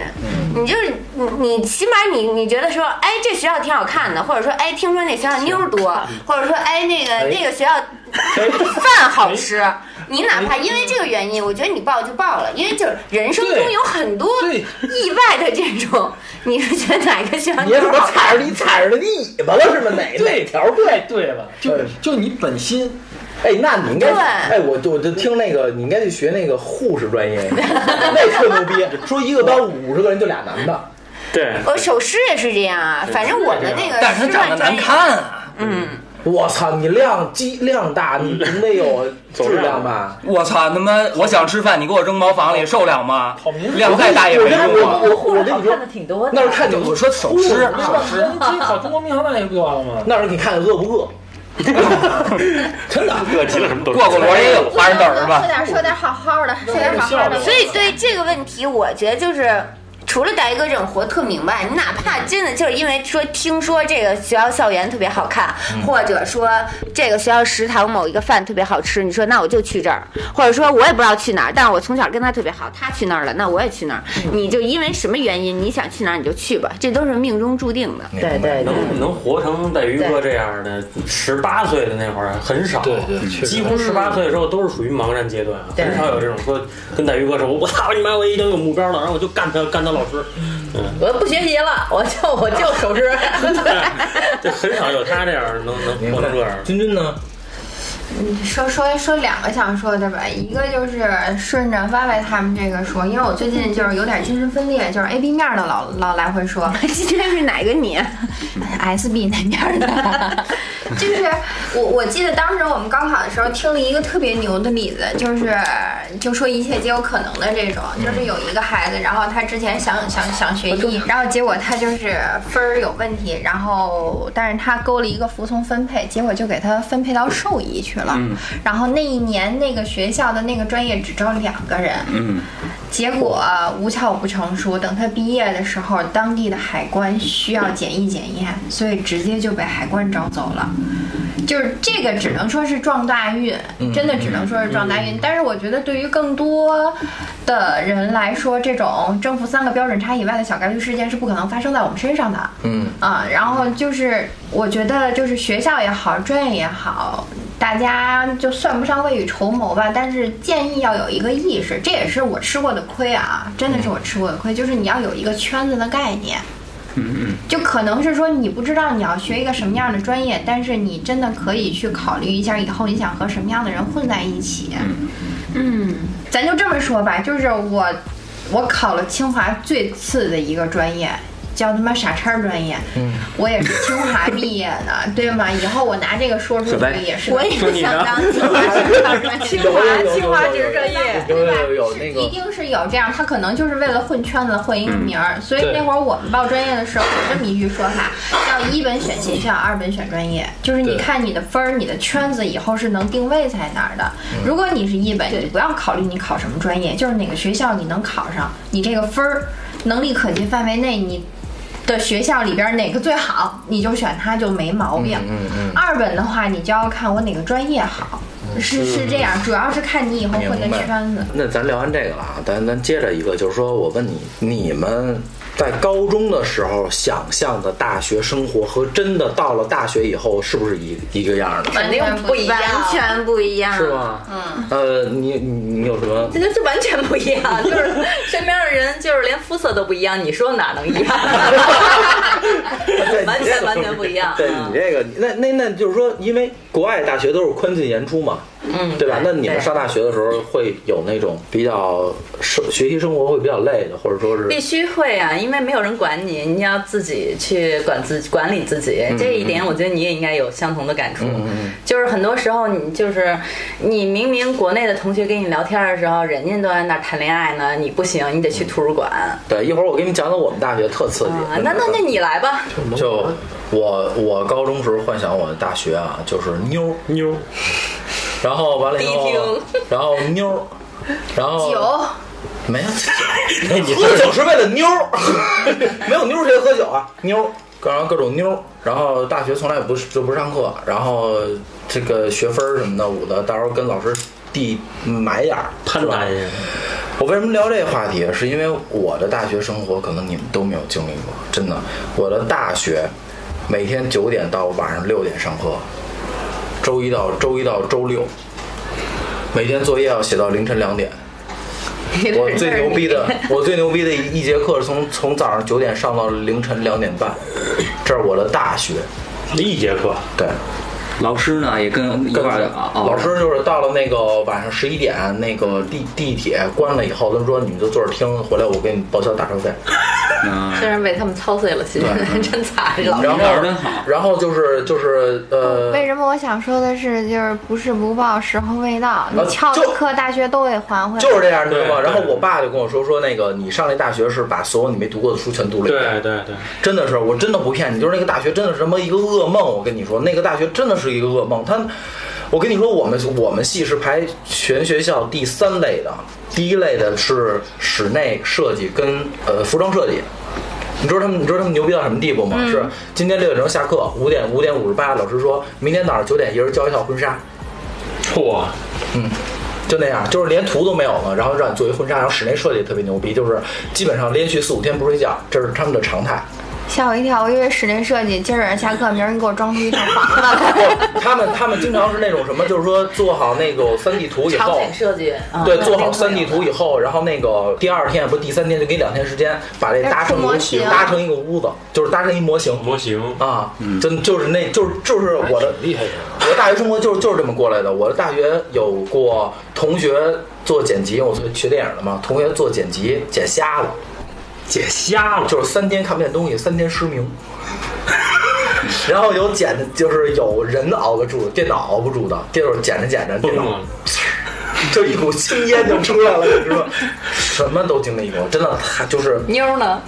S4: 你就是你你起码你你觉得说，哎，这学校挺好看的，或者说哎，听说那学校妞儿多，或者说哎那个那个学校饭好吃。你哪怕因为这个原因，我觉得你报就报了，因为就是人生中
S2: 对
S4: 有很多
S2: 对
S4: 意外的这种，你是觉得哪个学校
S9: 你也可
S4: 妞儿
S9: 能
S4: 好看？
S9: 踩着你踩着你尾巴了是吗？哪哪条
S2: 太
S9: 对？
S2: 对了，就
S9: 对
S2: 就你本心，
S9: 哎，那你应该去
S4: 对
S9: 哎，我我就听那个，你应该去学那个护士专业，那特牛逼。说一个班五十个人就俩男的，
S6: 对，
S4: 我手师也是这样啊，反正我们那个
S5: 但是他
S4: 师
S5: 长得
S4: 范专
S5: 难
S4: 业，
S5: 看啊！
S4: 嗯，
S9: 我操，你量积量大，你总得有
S6: 走
S9: 质
S6: 量
S9: 量吧？
S5: 我操他妈！我想吃饭，你给我扔茅房里，受了吗
S2: 好民？俗
S5: 量再大也没
S9: 我跟
S5: 用啊！
S9: 我我
S10: 护
S9: 我
S10: 士
S9: 跟
S10: 好
S9: 你说
S10: 看的，挺多的。
S9: 那是看你
S5: 我说手师，
S2: 老师，你考中国民航大学不就完了吗？
S9: 那是你看看饿不饿。真的，
S6: 饿极了什么都
S5: 过过螺也有花生豆儿是吧
S8: 说？点说点好好的，说点好好的。
S4: 所以对这个问题，我觉得就是。除了大一哥这种活特明白，你哪怕真的就是因为说听说这个学校校园特别好看，或者说这个学校食堂某一个饭特别好吃，你说那我就去这儿，或者说我也不知道去哪儿，但是我从小跟他特别好，他去那儿了，那我也去那儿。你就因为什么原因你想去哪儿你就去吧，这都是命中注定的。
S10: 对对对，
S6: 能能活成戴鱼哥这样的，十八岁的那会儿很少，
S2: 对对确实
S6: 几乎十八岁的时候都是属于茫然阶段，啊
S10: 对
S6: 很少有这种说跟戴鱼哥说，我操你妈，我已经有目标了，然后我就干他，干他老 师，嗯，
S10: 我不学习了，我就我就手指。
S6: 就很少有他这样能能活成这样的。
S9: 君君呢？
S8: 说说说两个想说的吧，一个就是顺着歪歪他们这个说，因为我最近就是有点精神分裂，就是 A B 面的老老来回说
S4: 今天是哪个你？啊
S8: S B 那面的， 就是我我记得当时我们高考的时候听了一个特别牛的例子，就是就说一切皆有可能的这种，就是有一个孩子，然后他之前想想想学医，然后结果他就是分儿有问题，然后但是他勾了一个服从分配，结果就给他分配到兽医去了，然后那一年那个学校的那个专业只招两个人，嗯。结果无巧不成书，等他毕业的时候，当地的海关需要检疫检验，所以直接就被海关招走了。就是这个只能说是撞大运，真的只能说是撞大运。但是我觉得对于更多的人来说，这种政府三个标准差以外的小概率事件是不可能发生在我们身上的。嗯啊，然后就是我觉得就是学校也好，专业也好，大家就算不上未雨绸缪吧，但是建议要有一个意识，这也是我吃过的亏啊，真的是我吃过的亏，就是你要有一个圈子的概念。就可能是说你不知道你要学一个什么样的专业，但是你真的可以去考虑一下以后你想和什么样的人混在一起。嗯，咱就这么说吧，就是我，我考了清华最次的一个专业，叫他妈傻叉儿专业，
S1: 嗯
S8: 我也是清华毕业的，对吗？以后我拿这个说出
S1: 小白
S8: 去也是
S4: 我也
S8: 个
S4: 想当清华
S10: 清
S1: 有
S10: 华
S1: 有有有
S10: 清华
S1: 有有
S10: 职
S1: 有
S10: 专业，
S1: 有有有有那
S8: 一
S1: 个
S8: 定是有这样，他可能就是为了混圈子混一个名儿，所以
S2: 对
S8: 那会儿我们报专业的时候有这么一句说法，叫一本选学校，二本选专业，就是你
S2: 对
S8: 看你的分儿、你的圈子以后是能定位在哪儿的。如果你是一本，你不要考虑你考什么专业，就是哪个学校你能考上，你这个分儿能力可及范围内你。的学校里边儿哪个最好，你就选它就没毛病。二本的话，你就要看我哪个专业好，是是这样，主要是看你以后混的
S1: 明白
S8: 圈子。
S1: 那咱聊完这个了啊，咱咱接着一个，就是说我问你，你们在高中的时候想象的大学生活和真的到了大学以后是不是一一个样儿的？
S10: 肯定不一样，
S4: 完全不一样，
S1: 是？吗？嗯。呃，你你你有什么？
S10: 这就是完全不一样，就是身边的人就是连肤色都不一样，你说哪能一样？完全完全不一样。
S1: 对你这个，那那那就是说，因为国外大学都是宽进严出嘛，
S10: 嗯，
S1: 对吧？那你们
S10: 对
S1: 上大学的时候会有那种比较生学习生活会比较累的，或者说是
S10: 必须会啊，因为没有人管你，你要自己去管自管理自己。这一
S1: 嗯
S10: 点，我觉得你也应该有相同的感触。就是很多时候，你就是你明明国内的同学跟你聊天的时候，人家都在那儿谈恋爱呢，你不行，你得去图书馆。
S1: 对。一会儿我给你讲讲我们大学特刺激
S10: 啊，。那那那你来吧，
S1: 就我我高中时候幻想我的大学啊，就是妞儿妞儿，然后完了以
S10: 迪
S1: 后
S10: 厅，
S1: 然后妞儿，然后
S8: 酒，
S1: 没 有，那你喝酒是为了妞儿， 没有妞儿谁喝酒啊？妞儿，然后各种妞儿，然后大学从来也不是就不上课，然后这个学分儿什么的，我的到时候跟老师递埋眼儿
S6: 攀谈一下。
S1: 我为什么聊这个话题？啊是因为我的大学生活可能你们都没有经历过，真的。我的大学每天九点到晚上六点上课，周一到周一到周六，每天作业要写到凌晨两点。 我最牛逼的，我最牛逼的一一节课是从从早上九点上到凌晨两点半，这是我的大学。
S6: 一节课，
S1: 对，
S5: 老师呢也跟一块儿啊，哦
S1: 老师就是到了那个晚上十一点，那个地地铁关了以后，他说你们就坐着听，回来我给你们报销打车费。
S5: 嗯，
S10: 虽然被他们操碎了心，真惨，老
S1: 然
S5: 老师
S1: 后
S5: 真好，
S1: 然后就是就是呃，
S8: 哦为什么我想说的是，就是不是不报，时候未到，你
S1: 呃
S8: 翘
S1: 就
S8: 的课大学都得还回来。
S1: 就是这样，你知道吗？
S6: 对
S1: 然后我爸就跟我说说那个你上那大学是把所有你没读过的书全读了一遍。
S6: 对对对，
S1: 真的是，我真的不骗你，就是那个大学真的是他妈一个噩梦。我跟你说，那个大学真的是一个噩梦。他，我跟你说，我们我们系是排全学校第三类的，第一类的是室内设计跟呃服装设计。你知道他们，你知道他们牛逼到什么地步吗？是今天六点钟下课，五点五点五十八，老师说明天早上九点一人交一套婚纱，
S6: 嚯，
S1: 就那样，就是连图都没有了，然后让你做一婚纱，然后室内设计特别牛逼，就是基本上连续四五天不睡觉，这是他们的常态。
S8: 吓我一跳，我以为室内设计，今儿晚上下课，明儿你给我装出一套房子来。
S1: 他们他们经常是那种什么，就是说做好那个三 D 图以
S10: 场
S1: 后，
S10: 景设计，啊
S1: 对，做好三 D 图以后，然后那个第二天不是第三天就给你两天时间，把 这搭成一个
S8: 那是模型
S1: 搭成一个屋子，就是搭成一模型
S6: 模型
S1: 啊，真就是那就是就是我的
S6: 厉害呀！
S1: 我的大学生活就是就是这么过来的。我的大学有过同学做剪辑，我学电影的嘛，同学做剪辑剪瞎了，
S6: 姐瞎了，
S1: 就是三天看不见东西，三天失明。然后有剪的，就是有人熬得住，电脑熬不住的。电脑剪着剪着，电
S6: 疯
S1: 脑
S6: 了。
S1: 就一股青烟就出来了，你知道吗？什么都经历过，真的，他就是
S10: 妞儿呢？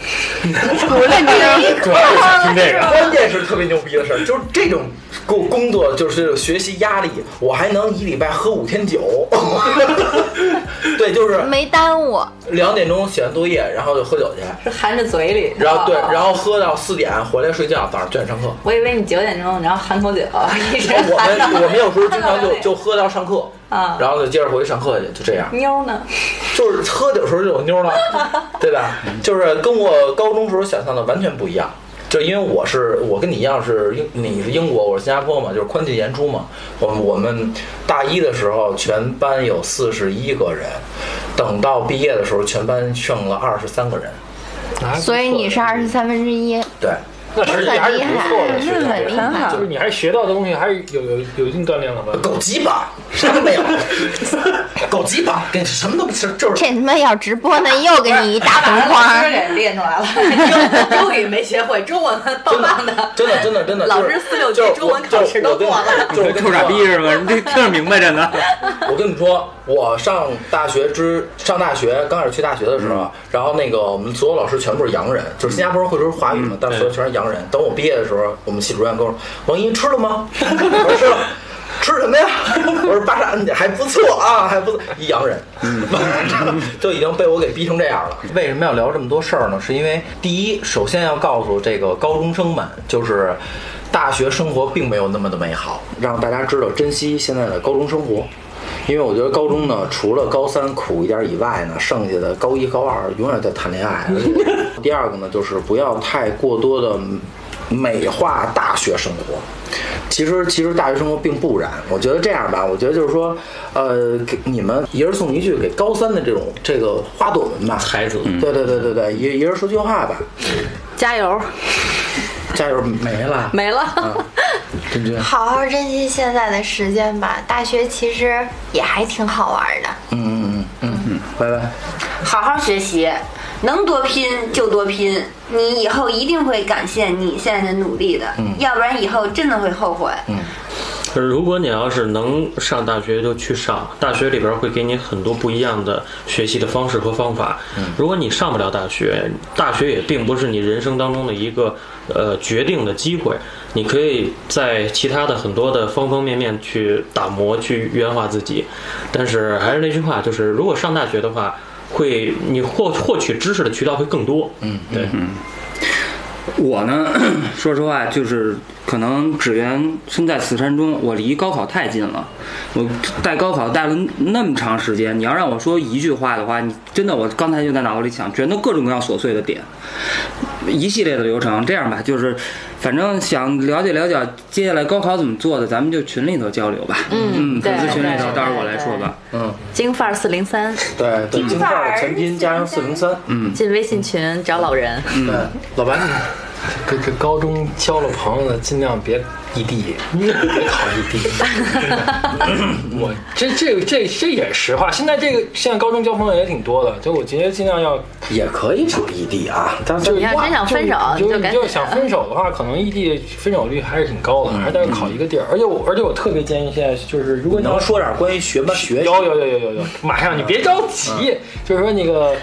S1: 关
S6: 主要就想听这个。
S1: 键是特别牛逼的事儿，就是这种工工作就是学习压力，我还能一礼拜喝五天酒， 对，就是
S8: 没耽误，
S1: 两点钟写完作业，然后就喝酒去，
S10: 是含着嘴里，
S1: 然后对，
S10: 哦
S1: 然后喝到四点回来睡觉，早上九点上课。
S10: 我以为你九点钟，然后含口酒，一直
S1: 我
S10: 含到
S1: 们我们有时候经常
S10: 含到
S1: 就
S10: 两
S1: 就喝到上课，
S10: 啊
S1: 然后就接着回去上课去，就这样。
S10: 妞呢？
S1: 就是喝酒时候就有妞了，对吧？就是跟我高中时候想象的完全不一样。就因为我是我跟你一样是英你是英国我是新加坡嘛，就是宽进严出嘛。我我们大一的时候全班有四十一个人，等到毕业的时候全班剩了二十三个人。
S8: 所以你是二十三分之一。
S1: 对，
S2: 那还是
S8: 很厉害
S2: 还是不错的，学
S8: 嗯很厉害
S2: 的，就是你还是学到的东西还是有有有一定锻炼了吧？
S1: 狗鸡巴，啥都没有，狗鸡巴，跟什么都不是，就是
S8: 这他妈要直播呢，又给你一大红花
S7: 老 师。给练出来了，英英语没学会，中文棒棒的。
S1: 真的真的真的，
S7: 老
S1: 就是
S7: 师四六级
S1: 就是
S7: 中文考试都过了
S1: 就是我跟啊
S5: 臭傻逼是吧？你这听着明白着呢。
S1: 我跟你说，我上大学之上大学刚开始去大学的时候，啊然后那个我们所有老师全部是洋人，就是新加坡人会说华语嘛，但所有全是洋人。等我毕业的时候，我们系主任跟我说：“王一吃了吗？”我说：“吃了。”吃什么呀？ 我说巴沙还不错啊，还不错，一洋人， 就已经被我给逼成这样了。为什么要聊这么多事儿呢？是因为第一，首先要告诉这个高中生们，就是大学生活并没有那么的美好，让大家知道珍惜现在的高中生活。因为我觉得高中呢，除了高三苦一点以外呢，剩下的高一、高二永远在谈恋 爱。第二个呢，就是不要太过多的美化大学生活。其实，其实大学生活并不然。我觉得这样吧，我觉得就是说，呃，给你们一人送一句给高三的这种这个花朵们吧，孩子，对对对对对，一一人说句话吧，
S7: 加油，
S1: 加油，嗯没了，
S7: 没了。
S1: 君君，
S8: 好好珍惜现在的时间吧，大学其实也还挺好玩的。
S1: 嗯嗯嗯嗯，拜拜。
S4: 好好学习，能多拼就多拼，你以后一定会感谢你现在的努力的，要不然以后真的会后悔。
S6: 如果你要是能上大学就去上，大学里边会给你很多不一样的学习的方式和方法。如果你上不了大学，大学也并不是你人生当中的一个呃决定的机会，你可以在其他的很多的方方面面去打磨、去圆滑自己。但是还是那句话，就是如果上大学的话，会你获获取知识的渠道会更多。嗯，对。
S5: 我呢， 说实话，就是可能只缘身在此山中，我离高考太近了。我带高考带了那么长时间，你要让我说一句话的话，你真的，我刚才就在脑子里想，全都各种各样琐碎的点，一系列的流程。这样吧，就是反正想了解了解接下来高考怎么做的，咱们就群里头交流吧。嗯，粉丝群里头，
S7: 对
S5: 到时候我来说吧。
S7: 京范儿四零三，
S1: 对对，京范儿嗯全拼加上四零三，
S7: 进微信群找老人。
S1: 对，老白，
S2: 这这高中交了朋友呢，尽量别异地，别考异 地。我这这这这也实话，现在这个现在高中交朋友也挺多的，就我觉得尽量要，
S1: 也可以找异地啊，但是
S7: 你要真想分手，
S2: 就是
S7: 你就
S2: 你
S7: 赶
S2: 就
S7: 紧
S2: 是想分手的话，可能异地分手率还是挺高的，还是得考一个地儿。而且我而且我特别建议现在就是，如果你要
S1: 能说点关于学吧学习
S2: 有有有有有有， 嗯马上你别着急，就是说那个。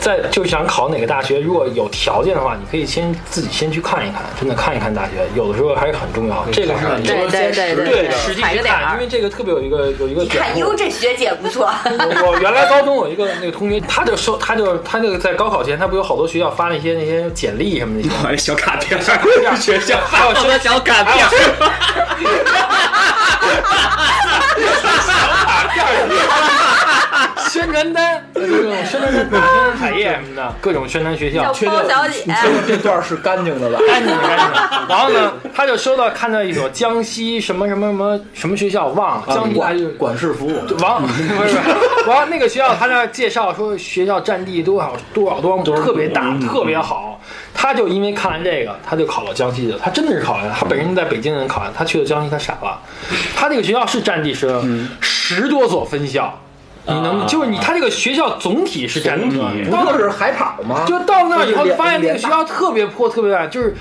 S2: 在就想考哪个大学，如果有条件的话，你可以先自己先去看一看，真的看一看大学，有的时候还是很重要。这个是很重要
S7: 对对对对
S2: 对
S7: 对
S2: 的，实际
S7: 踩
S2: 去
S7: 个点
S2: 看，因
S7: 儿
S2: 为。这个特别有一个有一个
S4: 你
S7: 哎
S4: 看，哟，这学姐 不错，
S2: 我我原来高中有一个那个同学，他就收，他就他那个在高考前，他不有好多学校发那些那些简历什么的。
S5: 我这哎小卡片，
S2: 学校还
S5: 还
S2: 有
S5: 有什么小卡
S2: 还有
S5: 片？
S2: 宣传单，各种宣传单、宣传彩页什么的，各种宣传学校，
S1: 确定
S7: 包小姐
S1: 你确定这段是干净的 吧？
S2: 干净干净。然后呢，他就收到看到一所江西什么什么什么什么学校，忘
S5: 啊
S2: 了，江西还
S1: 管
S2: 是
S1: 啊管事服务，
S2: 王不是 不是，王那个学校他那介绍说学校占地多少多少多少亩，特别
S1: 嗯
S2: 大，特别好。他就因为看了这个，他就考了江西的，他真的是考了，他本身在北京人考完，他去了江西，他傻了。他这个学校是占地是
S1: 嗯
S2: 十多所分校，你能就是你他这个学校总体是占地，
S1: 啊不
S2: 到
S1: 就是海跑吗？
S2: 就到那儿以后，发现那个学
S1: 就是
S2: 校特别破，特别烂，就是。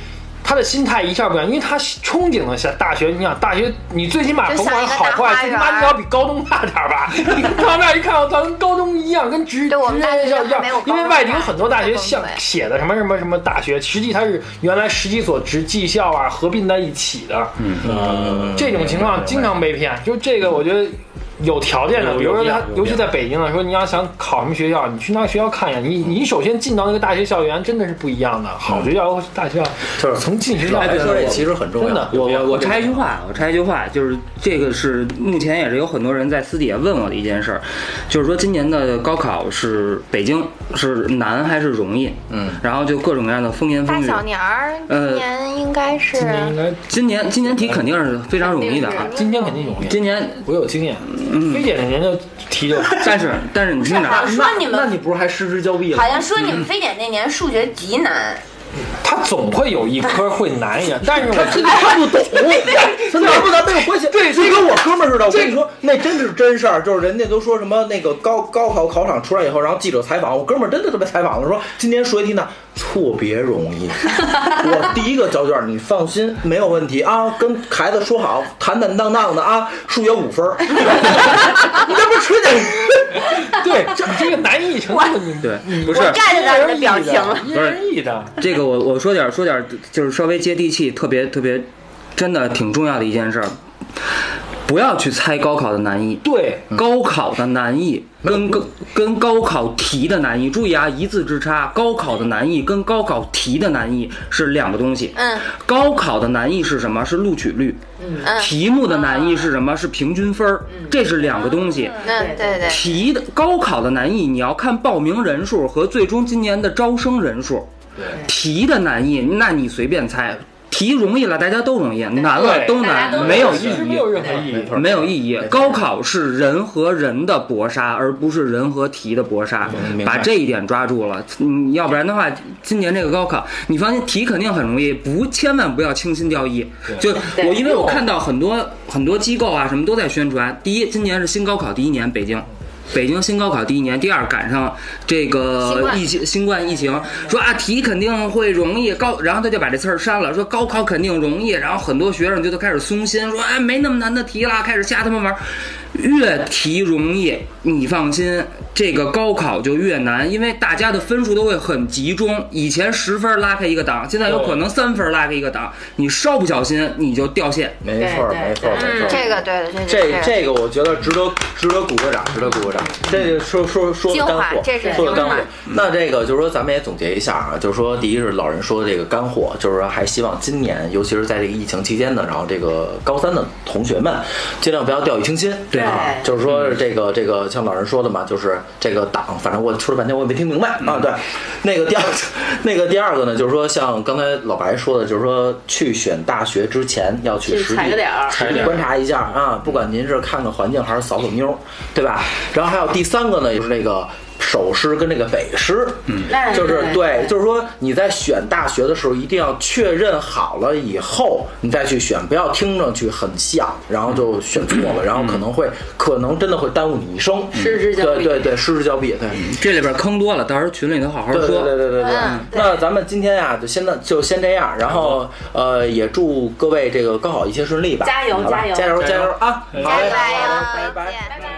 S2: 他的心态一下不一样，因为他憧憬了下大学。你想，大学你最起码甭管好坏，最起码你要比高中大点儿吧。你到那儿一看，我操，跟高中一样，跟职
S8: 对我们大学
S2: 职业校
S8: 还没有
S2: 一样因为
S8: 高中
S2: 外地
S8: 大
S2: 有很多大学
S8: 这种
S2: 像
S8: 对
S2: 写的什么什么什么大学，实际它是原来十几所职技校啊合并在一起的。嗯，这种情况经常被骗。就这个，我觉得。有条件的，
S6: 有
S2: 比如说
S6: 有必要
S2: 他
S6: 有，必要
S2: 尤其在北京的啊时候，你要想考什么学校，你去那个学校看一眼。你你首先进到那个大学校园，真的是不一样的。好学校和大学校，
S1: 就是
S2: 从进学校
S1: 来
S2: 来
S1: 说，这其实很重
S2: 真
S1: 要
S2: 的。
S5: 我我我插一句话，我插一句话，就是这个是目前也是有很多人在私底下问我的一件事儿，就是说今年的高考是北京是难还是容易？嗯，然后就各种各样的风言
S8: 大
S5: 风语。
S8: 小年儿今年应该是
S2: 今年应
S4: 啊
S2: 该，
S5: 今年今年题肯定是非常容易的啊，
S2: 今年肯定容易。
S5: 今年
S2: 我有经验，非典那年就提就
S5: 但是但是你听着啊，
S4: 说你
S1: 那
S4: 们
S1: 你不是还失之交臂了
S4: 好？像说你们非典那年数学极难，
S2: 他总会有一科会难一点，但是
S9: 他
S2: 我
S9: 真他不懂，他拿不咱没有关系。对，就跟我哥们儿似的。我跟你说，那真是真事儿，就是人家都说什么那个高高考考场出来以后，然后记者采访，我哥们儿真的特别采访了，说今年数学题呢特别容 易，我第一个交卷儿，你放心，没有问题啊，跟孩子说好，坦坦荡荡的啊，数学五分儿， 你这不是吹的？
S2: 对你这个难易程度，你
S5: 对，不
S4: 我
S5: 是
S4: 站着咱的表情了。
S2: 因人而异的。
S5: 这个我我说点儿说点儿，就是稍微接地气，特别特别，真的挺重要的一件事儿。不要去猜高考的难易，
S2: 对，
S5: 高考的难易跟跟跟高考题的难易，注意啊，一字之差。高考的难易跟高考题的难易是两个东西。
S4: 嗯，
S5: 高考的难易是什么？是录取率。
S4: 嗯
S5: 题目的
S7: 啊
S5: 难易是什么？是平均分儿。
S7: 嗯
S5: 这是两个东西。
S4: 嗯，对对，
S5: 题的高考的难易，你要看报名人数和最终今年的招生人数。题的难易，那你随便猜。题容易了，大家都容易；难了
S2: 对
S5: 都
S7: 大家都容
S5: 难，
S7: 易
S5: 没有意
S2: 其实没
S5: 义
S2: 有。任何意义。
S5: 没有意义。高考是人和人的搏杀，而不是人和题的搏杀
S1: 嗯明。白
S5: 把这一点抓住了，嗯，要不然的话，今年这个高考，你放心，题肯定很容易，不，千万不要轻信掉以。就我因为我看到很多很多机构啊，什么都在宣传。第一，今年是新高考第一年，北京。北京新高考第一年，第二赶上这个疫情新冠疫情，说啊题肯定会容易高，然后他就把这词儿删了，说高考肯定容易，然后很多学生就都开始松心，说哎没那么难的题啦，开始瞎他妈玩儿。越题容易，你放心，这个高考就越难，因为大家的分数都会很集中。以前十分拉开一个档，现在有可能三分拉开一个档，你稍不小心你就掉线。
S1: 没错儿，
S7: 对对嗯
S1: 没错儿，没错儿。
S4: 这个对对
S1: 这这个我觉得值得值得鼓个掌，值得鼓个掌。这个说说说的
S4: 精
S1: 干
S4: 华
S1: 货，
S4: 这是
S1: 说的干
S4: 精华
S1: 货。那这个就是说，咱们也总结一下啊，就是说，第一是老人说的这个干货，就是说还希望今年，尤其是在这个疫情期间呢，然后这个高三的同学们，尽量不要掉以轻心。对啊，就是说这个这个像老人说的嘛，就是这个党，反正我说了半天我也没听明白啊。对，那个第二 那个第二个呢，就是说像刚才老白说的，就是说去选大学之前要去
S7: 去
S1: 实
S7: 踩
S1: 地
S7: 个点儿
S1: 实地观察一下啊，不管您是看看环境还是扫扫妞儿，对吧？然后还有第三个呢，就是这个首师跟这个北师，嗯
S7: 那
S1: 就是对，就是说你在选大学的时候，一定要确认好了以后，你再去选，不要听上去很像，然后就选错了，然后可能会可能真的会耽误你一生，
S7: 失之交
S1: 对
S7: 臂
S1: 对对，失之交臂，对。
S5: 这里边坑多了，到时候群里头好好
S1: 对对对
S5: 说。
S1: 对对对
S4: 嗯。
S1: 那咱们今天呀，就先到就先这样，然后呃，也祝各位这个高考一切顺利吧，
S7: 加油
S1: 好吧
S7: 加油
S1: 加油加油啊！好嘞，拜
S4: 拜
S1: 拜。
S4: 拜拜。